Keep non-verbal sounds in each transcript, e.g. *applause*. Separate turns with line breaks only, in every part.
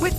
With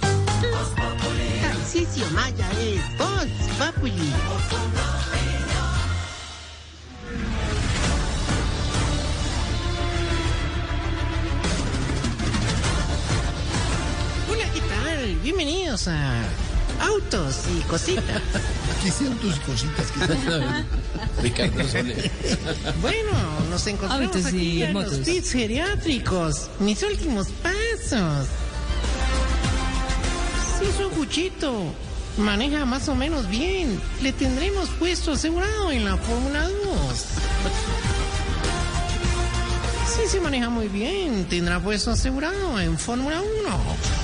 Tarcisio Maya es Voz Populi. Hola, ¿qué tal? Bienvenidos a Autos y Cositas.
¿Qué sean tus cositas? que *laughs* Ricardo Soler.
Bueno, nos encontramos
Autos
aquí
y
en los
motos.
pits geriátricos. Mis últimos pasos. Si es un cuchito, maneja más o menos bien. Le tendremos puesto asegurado en la Fórmula 2. Si se maneja muy bien, tendrá puesto asegurado en Fórmula 1. *laughs*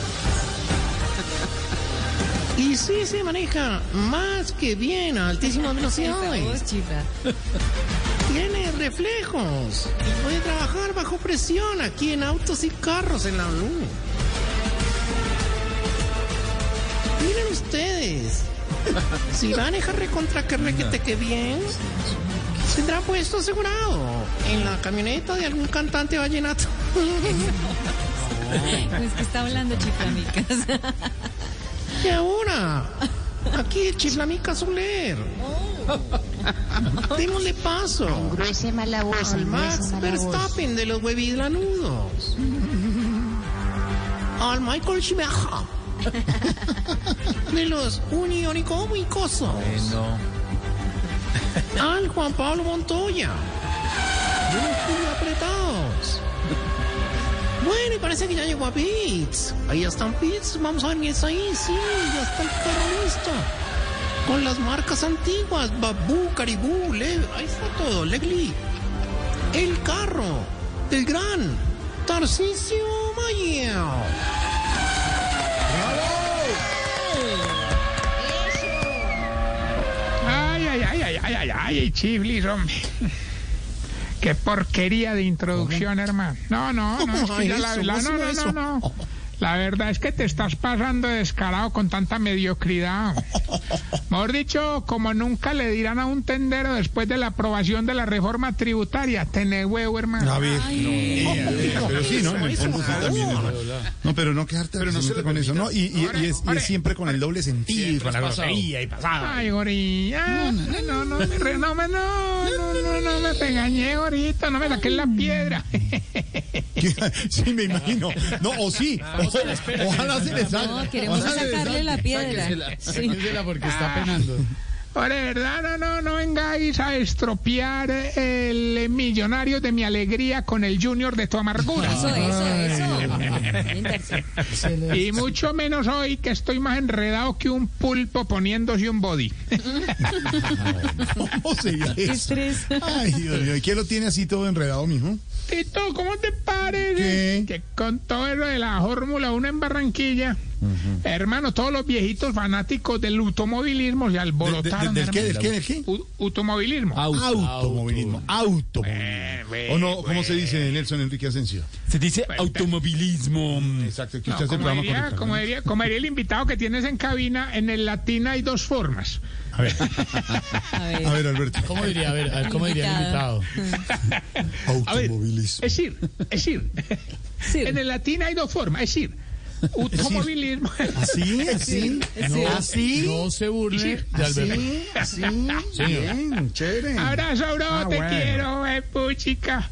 Y si se maneja más que bien a altísimas velocidades. Tiene reflejos y puede trabajar bajo presión aquí en autos y carros en la luz. Miren ustedes. Si maneja recontra que requete que bien, tendrá puesto asegurado en la camioneta de algún cantante vallenato.
*laughs* Es que está hablando chiflamicas.
*laughs* Y ahora, aquí Chiflamica Soler.
Oh.
Démosle paso
Gruese mala voz,
al Max
gruese mala voz.
Verstappen de los huevilanudos. Al Michael Schumacher. De los unionicomicosos. Al Juan Pablo Montoya. De los culiapretados. Bueno, y parece que ya llegó a Pitts. Ahí están Pitts. Vamos a ver quién está ahí. Sí, ya está el carro listo. Con las marcas antiguas, Babu, Caribú, Le, ahí está todo, Legli. El carro del gran Tarcisio Maya.
Ay, ay, ay, ay, ay, ay, ay, chiflis, hombre. Qué porquería de introducción, hermano. No, no, no, es que
Ay,
ya la,
eso,
la-
¿cómo
no, no,
eso?
no, no. La verdad es que te estás pasando descarado con tanta mediocridad. hombre. Mejor dicho, como nunca le dirán a un tendero después de la aprobación de la reforma tributaria, tené huevo, hermano.
A ver, no, pero sí, ¿no? En el fondo sí también. es verdad. No, pero no quedarte absolutamente con eso, ¿no? Y, y- y es, y es siempre con el doble sentido y con la grosería y pasada.
Ay, gorilla. No, no, no, me re- no, me- no, no, no, no me regañé, gorito, no me saqué la piedra.
*laughs* Sí, me imagino. No, o sí. O- ojalá se le salga.
No, queremos
Ojalá se le
sacarle la piedra. Sí.
porque está penando.
Por de verdad, no, no, no vengáis a estropear el eh, millonario de mi alegría con el junior de tu amargura.
Eso, eso, eso. Bien, Tarcisio.
Y mucho menos hoy que estoy más enredado que un pulpo poniéndose un body.
*laughs* ¿Cómo sería
Qué
eso?
estrés.
Ay, Dios mío. ¿Y quién lo tiene así todo enredado, mijo?
Tito, ¿cómo te parece?
¿Qué?
Que con todo lo de la Fórmula 1 en Barranquilla, hermano, todos los viejitos fanáticos del automovilismo se
¿De- de-
alborotaron.
de- ¿Del qué? ¿Del
hermano.
qué? ¿Del qué? Ah,
U- automovilismo.
Automovilismo.
Eh,
Automovilismo.
güey,
¿O no? ¿Cómo
güey.
se dice Nelson Enrique Asensio?
Se dice automovilismo.
Exacto, que
No,
usted hace este
como,
el programa
diría,
correcto,
como
¿no?
diría- como diría el invitado que tienes en cabina, en el latín hay dos formas.
A ver,
A
a
ver.
ver, Alberto.
¿Cómo diría? A ver, a ver, ¿cómo diría el
Invitado.
invitado?
Es
Automovilismo.
decir, es decir,
Sí.
en el latín hay dos formas, es decir, automovilismo.
¿Así? ¿Así?
Sí.
¿Así?
No se burle de Alberto.
¿Así? ¿Así? Bien, chévere.
Abrazo, bro,
Ah,
te
bueno.
quiero, eh, puchica.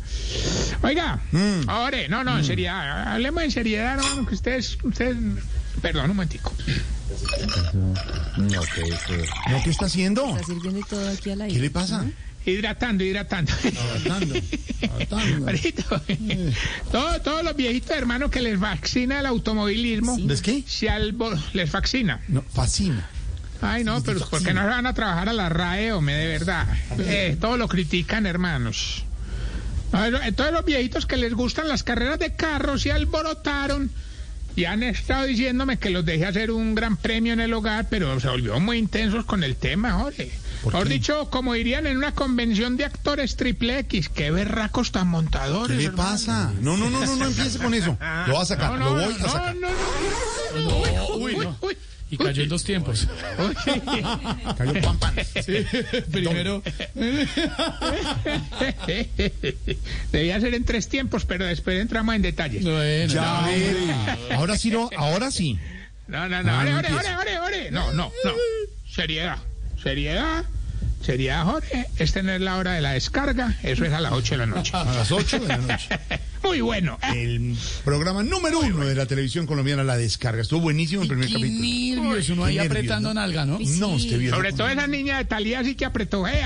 Oiga, ahora, no, no, en seriedad, hablemos en seriedad, hermano, que ustedes, ustedes, perdón, un momentico.
¿No qué está haciendo?
Está sirviendo todo aquí a la
¿Qué le pasa?
Hidratando, hidratando.
Hartando, hartando.
Marito, todo- todos los viejitos hermanos que les vaccina el automovilismo,
¿Les qué?
se albo- les vaccina.
No, fascina.
Ay, no, pero ¿por qué no se van a trabajar a la RAE, hombre, de verdad? Eh, todos lo critican, hermanos. A ver, eh, Todos los viejitos que les gustan las carreras de carros se alborotaron Y han estado diciéndome que los dejé hacer un gran premio en el hogar, pero se volvió muy intensos con el tema, Jorge.
¿Por
Mejor
qué?
dicho, como dirían en una convención de actores triple X, qué berracos tan
¿Qué
montadores.
le
hermano.
pasa? No, no, no, no, no empiece con eso. Lo voy a
No,
sacar, lo
no,
voy a
no,
sacar.
no, no, no, no. Uy, uy, uy.
Y cayó en dos tiempos.
Cayó pan, pan.
Primero,
Debía ser en tres tiempos, pero después entramos en detalles.
bueno,
Ya,
ya.
ve. Ahora sí, no, ahora sí.
No, no, no,
Ah,
ore,
no
ore, ore,
empieza.
ore, ore. No, no, no. Seriedad, seriedad, seriedad, Jorge. Es tener la hora de la descarga. Eso es a las 8 de la noche.
A las 8 de la noche.
Muy bueno.
El programa número uno de la televisión colombiana, La Descarga. Estuvo buenísimo el primer
Qué
capítulo.
nervios, uno
Qué
ahí
nervios,
apretando
¿no?
nalga, ¿no?
No, usted vio.
Sobre todo esa niña de Talía sí que apretó. *laughs* eh.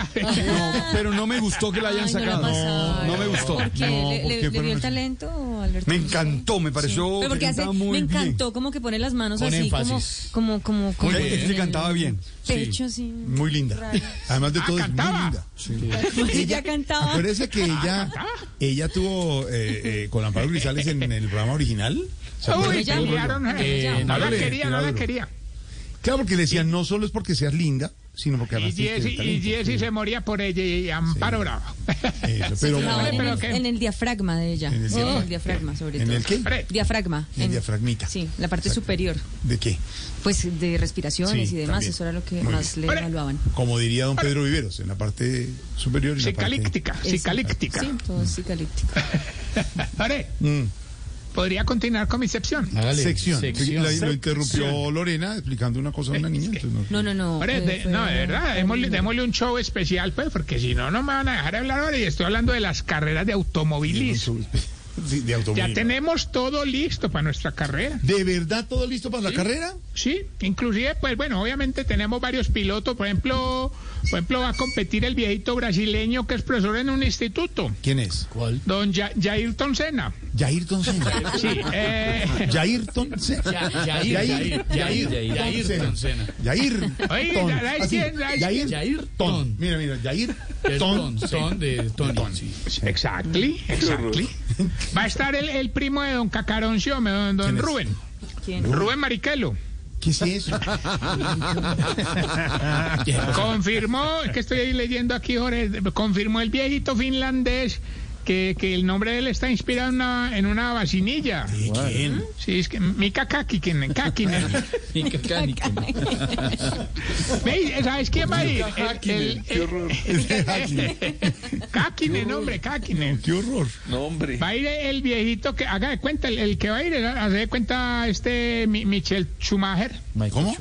Pero no me gustó que la hayan
Ay, no la
sacado.
pasaron.
no me gustó.
¿Por qué?
No,
¿Le,
porque
le- le
fueron
vio el
así.
talento, Alberto?
Me
No sé.
encantó, me pareció
Pero porque
que
hace,
cantaba muy
me
bien.
encantó como que pone las manos
Con
así como,
énfasis.
como, como, como
bien.
en
Este
el
cantaba bien, sí.
Pecho así.
Muy linda. Además de
Ah,
todo, es muy
cantaba. Ah,
linda.
Ella Pues cantaba.
Acuérdese que ella, ella tuvo eh, eh, con Amparo Grisales en el programa original. ¿se acuerda?
Uy,
ya me
pelearon.
Eh,
eh. No la
Natalia,
quería, no la
Natalia.
quería.
Claro, porque le decían, no solo es porque seas linda, sino porque
Y
además tienes
Jessy, y
talento.
Jessy se moría por ella y Amparo Bravo. *laughs*
Eso,
Se
pero,
fijaba en,
pero
el,
¿qué?
en el diafragma de ella.
En el diafragma.
sobre
¿En
todo.
el qué?
Hombre,
Diafragma.
El diafragmita.
Sí, la parte
Exacto.
superior.
¿De qué?
Pues de respiraciones
Sí,
y demás,
también.
eso era lo que
Muy
más
bien.
le
Vale.
evaluaban.
Como diría don Pedro Viveros, en la parte superior y en la parte...
Psicalíctica,
Eso.
psicalíctica. *laughs*
Sí, todo psicalíctico.
*laughs*
Ore,
Mm.
podría continuar con mi sección.
Hágale.
sección.
Sección.
La- lo interrumpió Lorena explicando una cosa a una niña. entonces no-
No, no, no.
Ore,
eh,
de-
fue-
no, de verdad, démosle, démosle un show especial, pues, porque si no, no me van a dejar hablar ahora. Y estoy hablando de las carreras de automovilismo.
Sí, de automóvil.
Ya tenemos todo listo para nuestra carrera.
¿De verdad todo listo para la carrera?
Sí, inclusive, pues bueno, obviamente tenemos varios pilotos. Por ejemplo, por ejemplo, va a competir el viejito brasileño que es profesor en un instituto,
¿Quién es?
¿Cuál?
don Ja- Jairton Senna.
Jairton Senna.
Sí, eh,
Jairton Senna.
Yair, Yair, Yair, Yair, Yair, Ton Sena.
Jair.
Oye,
Ton.
la- la-
Así,
¿quién? La-
Jair.
Yair
Ton.
Ton.
Mira, mira, Jair.
El
Ton.
Ton, Ton de Tony. sí.
exactly, exactly. Va a estar el, el primo de don Cacarón Siome, don, don
¿Quién es?
Rubén.
¿Quién?
Rubén Mariquelo.
¿Qué es eso?
Confirmó, es que estoy ahí leyendo aquí, Jorge, confirmó el viejito finlandés que, que el nombre de él está inspirado en una, en una vacinilla.
*laughs* ¿Quién?
Sí, es que Mika Kakinen, Kakinen. ¿Veis? ¿Sabes quién va a ir? El, el- Kakinen, hombre, Kakinen.
*laughs* Qué horror.
Va a ir el viejito que, haga de cuenta, el, el que va a ir, hace de cuenta este Mi- Michel Schumacher.
¿Cómo?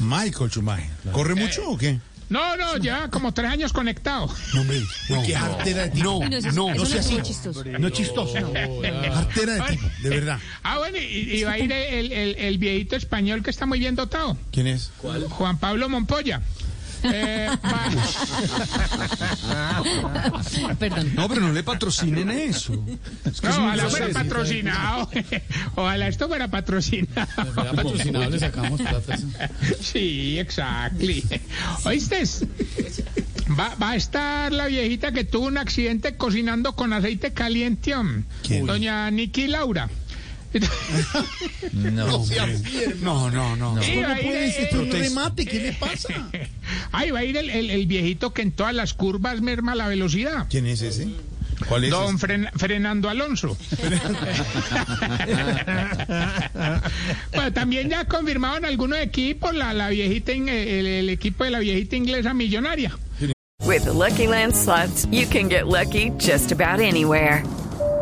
Michael Schumacher. ¿Corre mucho o qué?
No, no, lleva como tres años conectado.
No, hombre. Qué artera de
No,
tipo.
eso- eso
no sea
estuvo
así.
chistoso.
No es chistoso. *laughs* Artera de tipo, de verdad.
Ah, bueno, y, y va a ir el, el- el viejito español que está muy bien dotado,
¿Quién es?
Juan Pablo Montoya. Eh, va-
Perdón.
No, pero no le patrocinen eso. Es que es
no,
muy
ojalá fuera
grosero.
patrocinado. *laughs* eh. Ojalá esto fuera patrocinado.
Era patrocinado, le sacamos plata.
*laughs* Sí, exactly. ¿Oíste? Va, va a estar la viejita que tuvo un accidente cocinando con aceite caliente, hom.
¿Quién?
doña Niki Laura. *laughs*
No, hombre. no, no, no.
Sí, va a ir
puede ser
el-
un remate? ¿Qué le pasa?
Ahí va a ir el, el- el viejito que en todas las curvas merma la velocidad.
¿Quién es ese? ¿Cuál es?
Don
ese?
Fren- Fernando Alonso. bueno, también ya confirmaron algunos equipos, la, la viejita, in- el, el equipo de la viejita inglesa millonaria.
With the Lucky Land slots, you can get lucky just about anywhere.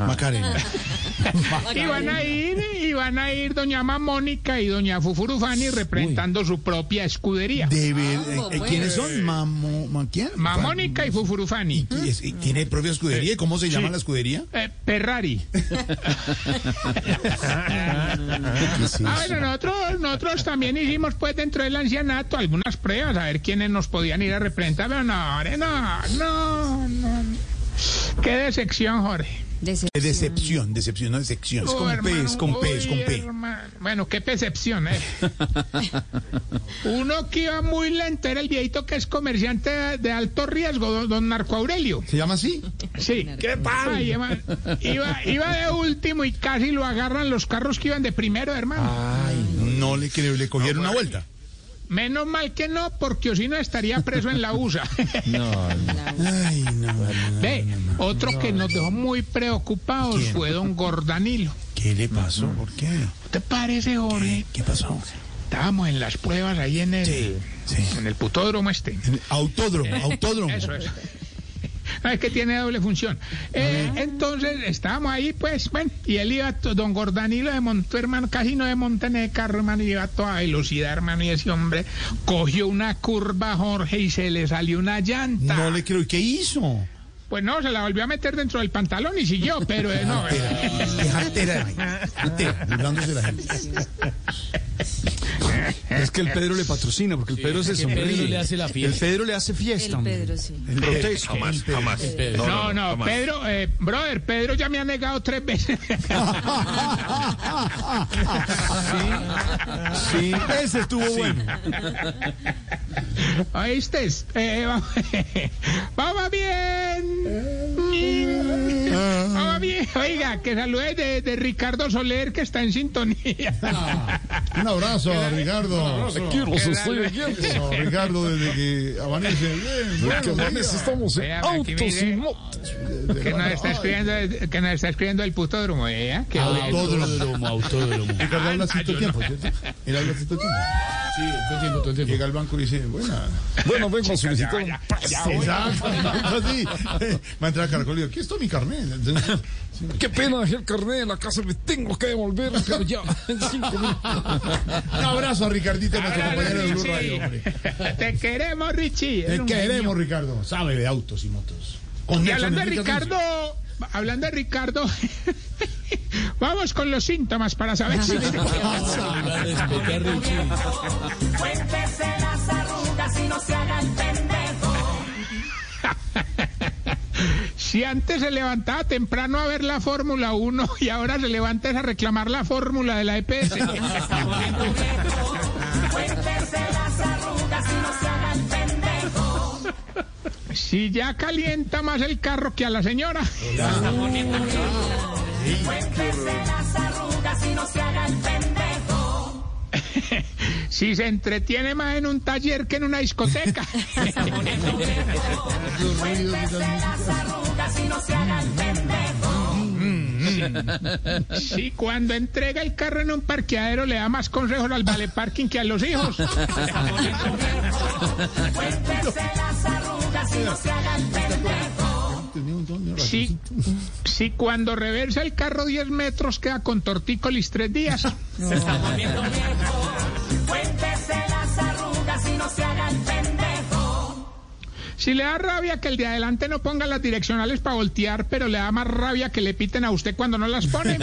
Macarena.
Y van a ir, y van a ir doña Mamónica y doña Fufurufani representando su propia escudería.
De ver- eh, eh, ¿Quiénes son? Mamo, ma- ¿Quién?
Mamónica y Fufurufani.
¿Y es- y ¿Tiene propia escudería? ¿Y cómo se llama
Sí.
la escudería?
Eh, Ferrari.
Eh,
Ah, bueno, nosotros, nosotros también hicimos pues dentro del ancianato algunas pruebas a ver quiénes nos podían ir a representar, pero no, hombre, no, no, no. Qué decepción, Jorge.
Eh, Decepción, decepción, no decepción. Es
Oh,
con P,
hermano,
es con P, es con
uy,
P.
hermano. Bueno, qué percepción,
*laughs*
¿eh? Uno que iba muy lento era el viejito que es comerciante de, de alto riesgo, don, don Marco Aurelio.
¿Se llama así?
Sí.
¿Qué
Ay, hermano, iba, iba de último y casi lo agarran los carros que iban de primero, hermano.
No le creo, le cogieron una vuelta.
Menos mal que no, porque o si no estaría preso en la USA.
*laughs* Ay, no, no.
Ve, otro que nos dejó muy preocupados
¿Quién?
fue don Gordanilo.
¿Qué le pasó? ¿Por qué?
¿Qué ¿Te parece, Jorge?
¿Qué pasó?
Estábamos en las pruebas ahí en el,
Sí, sí.
en el putódromo este.
Autódromo, autódromo.
Eso es. Ah, Es que tiene doble función. Eh, entonces estábamos ahí, pues, bueno, y él iba, to- don Gordanilo de montó, hermano, casi no de monta en el carro, hermano, y iba a toda velocidad, hermano, y ese hombre cogió una curva, Jorge, y se le salió una llanta.
No le creo. ¿Y qué hizo?
Pues no, se la volvió a meter dentro del pantalón y siguió, pero eh,
*laughs*
no. eh,
Es artera, artera, burlándose de la gente.
Es que el Pedro le patrocina, porque el Pedro se
Pedro
sonríe.
le hace la fiesta.
El Pedro le hace fiesta.
El
hombre.
Pedro, sí.
El Protesta.
Jamás, jamás.
Pedro.
No, no, Pedro, eh, brother, Pedro ya me ha negado tres
*laughs*
veces.
Sí, ese estuvo bueno.
¿Oíste? Eh, vamos, vamos *laughs* bien.
Ah,
Vamos bien. Oiga, que salude de, de Ricardo Soler que está en
*laughs*
sintonía.
Un abrazo
eh,
a Ricardo.
¿Qué ¿eh? tal?
A Ricardo desde que amanece. Bien, buenos días.
Vea, aquí mire, Que nos está escribiendo, que nos está escribiendo el putódromo, ¿eh? Que
Ah,
Autódromo, autódromo.
Ricardo habla cierto tiempo, ¿cierto? Él habla cierto tiempo.
Sí, todo el tiempo, todo el tiempo.
Llega al banco y dice, buena.
Bueno, vengo a
ya,
solicitar. un-
ya,
Exacto. Así. Va a entrar Caracol y dice, ¿qué es todo mi carnet?
Qué pena dejé el carnet en la casa, me tengo que devolver, pero ya, *laughs* en cinco minutos.
Un abrazo a Ricardito, nuestro
Ahora,
compañero de Blue Radio. hombre.
Richie. Te queremos, Richie.
Te
Eres un genio.
queremos, Ricardo. Sabe de autos y motos.
Pues,
Con
Y
Nelson
hablando de
Enrique
Ricardo,
Asensio.
hablando de Ricardo, *laughs* vamos con los síntomas para saber
*laughs*
si
La despecá, Richie.
*laughs* Si antes se levantaba temprano a ver la Fórmula 1 y ahora se levanta es a reclamar la fórmula de la E EPS. Si ya calienta más el carro que a la señora. *laughs* Si se entretiene más en un taller que en una discoteca. pues, eh. Si cuando entrega el carro en un parqueadero le da más consejos al vale parking que a los hijos.
Tenía un tono de
Si, si cuando reversa el carro 10 metros queda con tortícolis tres días. Si le da rabia que el de adelante no ponga las direccionales para voltear, pero le da más rabia que le piten a usted cuando no las pone.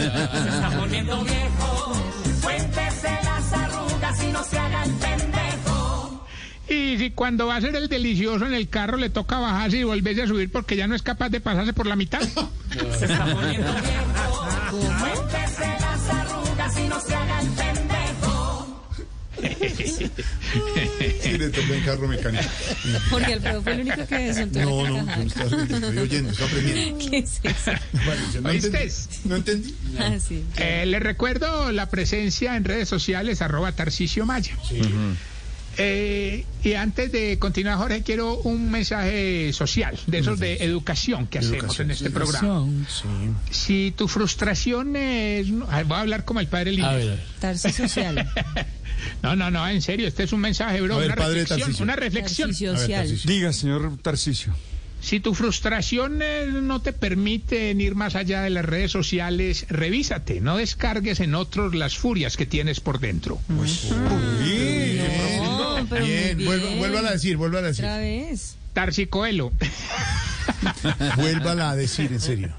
*laughs*
Y si cuando va a ser el delicioso en el carro le toca bajarse y volverse a subir porque ya no es capaz de pasarse por la mitad.
*laughs* Sí, le tocó en carro mecánico.
Jorge Alfredo fue el único que soltó la
No, no,
carcajada.
no, está- estoy oyendo, estoy
*laughs*
aprendiendo.
¿Qué es eso?
Vale, yo no entendí.
¿Oíste?
No entendí.
Ah, sí.
Eh, les recuerdo la presencia en redes sociales arroba Tarcisio Maya. Ujú. Eh, y antes de continuar, Jorge, quiero un mensaje social, de esos de educación que hacemos en este programa. Si tu frustración es... ah, Voy a hablar como el padre Lino.
A ver, a ver.
Tarso social.
*laughs* No, no, no, en serio, este es un mensaje, bro.
A ver,
una,
padre
reflexión,
Tarcisio.
una reflexión.
Tarso
A ver,
social.
Tarcisio.
Diga, señor Tarcicio.
Si tu frustración eh, no te permite ir más allá de las redes sociales, revísate, no descargues en otros las furias que tienes por dentro.
No, pero
Bien,
muy
vuelva-
bien.
vuélvala a decir, vuélvala a decir.
Otra vez.
Tarsi Coelho.
Vuélvala a decir, en serio.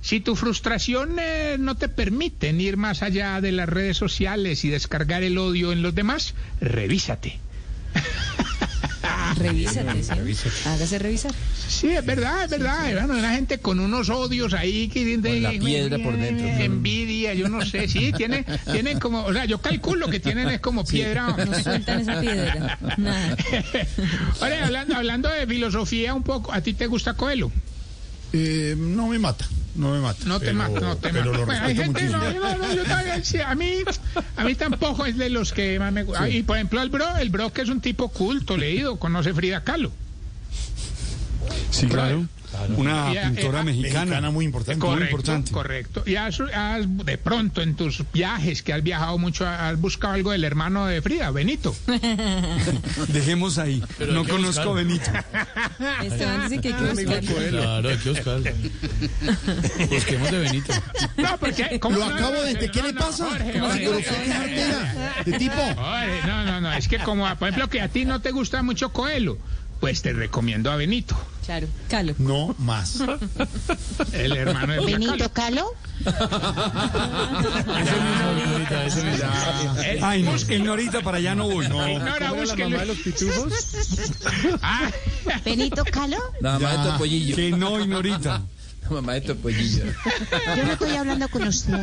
Si tu frustración eh, no te permite ir más allá de las redes sociales y descargar el odio en los demás, revísate.
*laughs* Revísate, sí. Hágase revisar.
Sí, es verdad, es verdad. Bueno, la gente con unos odios ahí que de,
la piedra por dentro.
envidia, yo no sé, sí,
*laughs*
tienen, tienen como, o sea, yo calculo que tienen es como piedra.
No sueltan esa
*laughs*
piedra. Nada.
Oye, hablando, hablando de filosofía un poco, ¿a ti te gusta Coelho?
Eh, no me mata, no me mata.
No te
pero-
mata, no te
Pero
mata.
lo
Bueno, hay
respeto
gente,
muchísimo.
no, yo no, no, yo
*laughs*
también, sí, a mí, a mí tampoco es de los que más me gusta. Y por ejemplo, el bro, el bro que es un tipo culto, leído, conoce Frida Kahlo.
Sí, claro. Una
Y, eh,
pintora
eh,
mexicana.
Mexicana muy importante.
Muy importante.
Correcto. Y has, has- de pronto en tus viajes que has viajado mucho, has buscado algo del hermano de Frida, Benito.
Dejemos ahí.
Pero hay
no
que
conozco a
buscarlo.
Benito.
Esteban dice
Ah,
que hay que buscar.
Claro, hay que buscarlo. Busquemos de Benito.
No, porque ¿cómo
Lo
no?
acabo de... ¿Qué le
No, no,
pasa?
Jorge,
¿Cómo se
Jorge,
colocó
Jorge.
esa bandera de tipo?
Oye, no, no, no, es que como, por ejemplo, que a ti no te gusta mucho Coelho, pues te recomiendo a Benito,
Claro, calo.
No más.
el hermano de Frida Kahlo.
Calo?
Ese mismo, Ignorita, ese mismo.
Eh,
Ay, no.
busque-
Ignorita, para allá no voy.
Ignora, búsquelo.
pitufos?
Ah,
¿Benito Calo?
La mamá
Ya.
de Topollillo.
Que no, Ignorita.
La mamá de Topollillo.
Yo no estoy hablando con usted.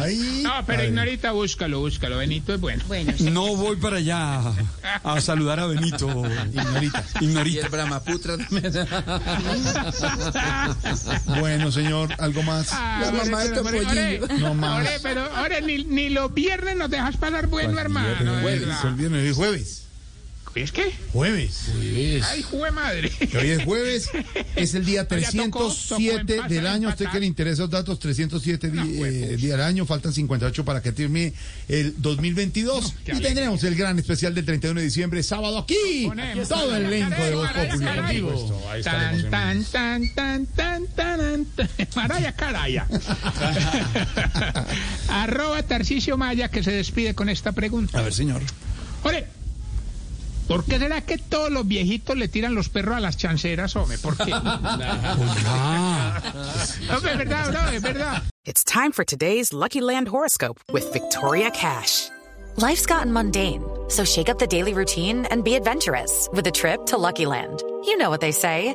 Ahí.
no, pero
Padre.
Ignorita, búscalo, búscalo. Benito es bueno.
Bueno, sí.
No voy para allá a saludar a Benito. Ignorita.
Y el
Ignorita.
Brahmaputra también.
Bueno, señor, algo más.
Ah,
La mamá de
pero, pero,
Topollillo.
ore,
No más.
ore, pero ore, ni, ni los viernes nos dejas parar bueno, hermano. de
Jueves, el
verdad.
Pues, viernes, hoy es jueves.
¿Es que?
Jueves.
¡Ay, jue madre!
Que Hoy es
*laughs*
jueves, es el día
Oiga, tocó, tocó
307
empatar,
del año. Usted que
empatar.
le interesa los datos, 307 di-
No, güey,
eh,
pucha.
día del año, faltan 58 para que termine el 2022.
qué
y
alegría.
tendremos el gran especial del 31 de diciembre, sábado aquí.
ponemos.
Todo el elenco de Voz
Maraya,
Populi, por
caray.
supuesto. Ahí estaremos
Tan,
en-
tan, tan, tan, tan, tan, tan. Maraya,
*laughs*
caraya. Arroba Tarcisio Maya que se despide con esta pregunta.
A ver, señor.
Ore, ¿por qué será que todos los viejitos le tiran los perros a las chanceras, hombre? ¿Por qué? Hombre, es verdad, bro, es verdad.
It's time for today's Lucky Land horoscope with Victoria Cash.
Life's gotten mundane, so shake up the daily routine and be adventurous with a trip to Lucky Land. You know what they say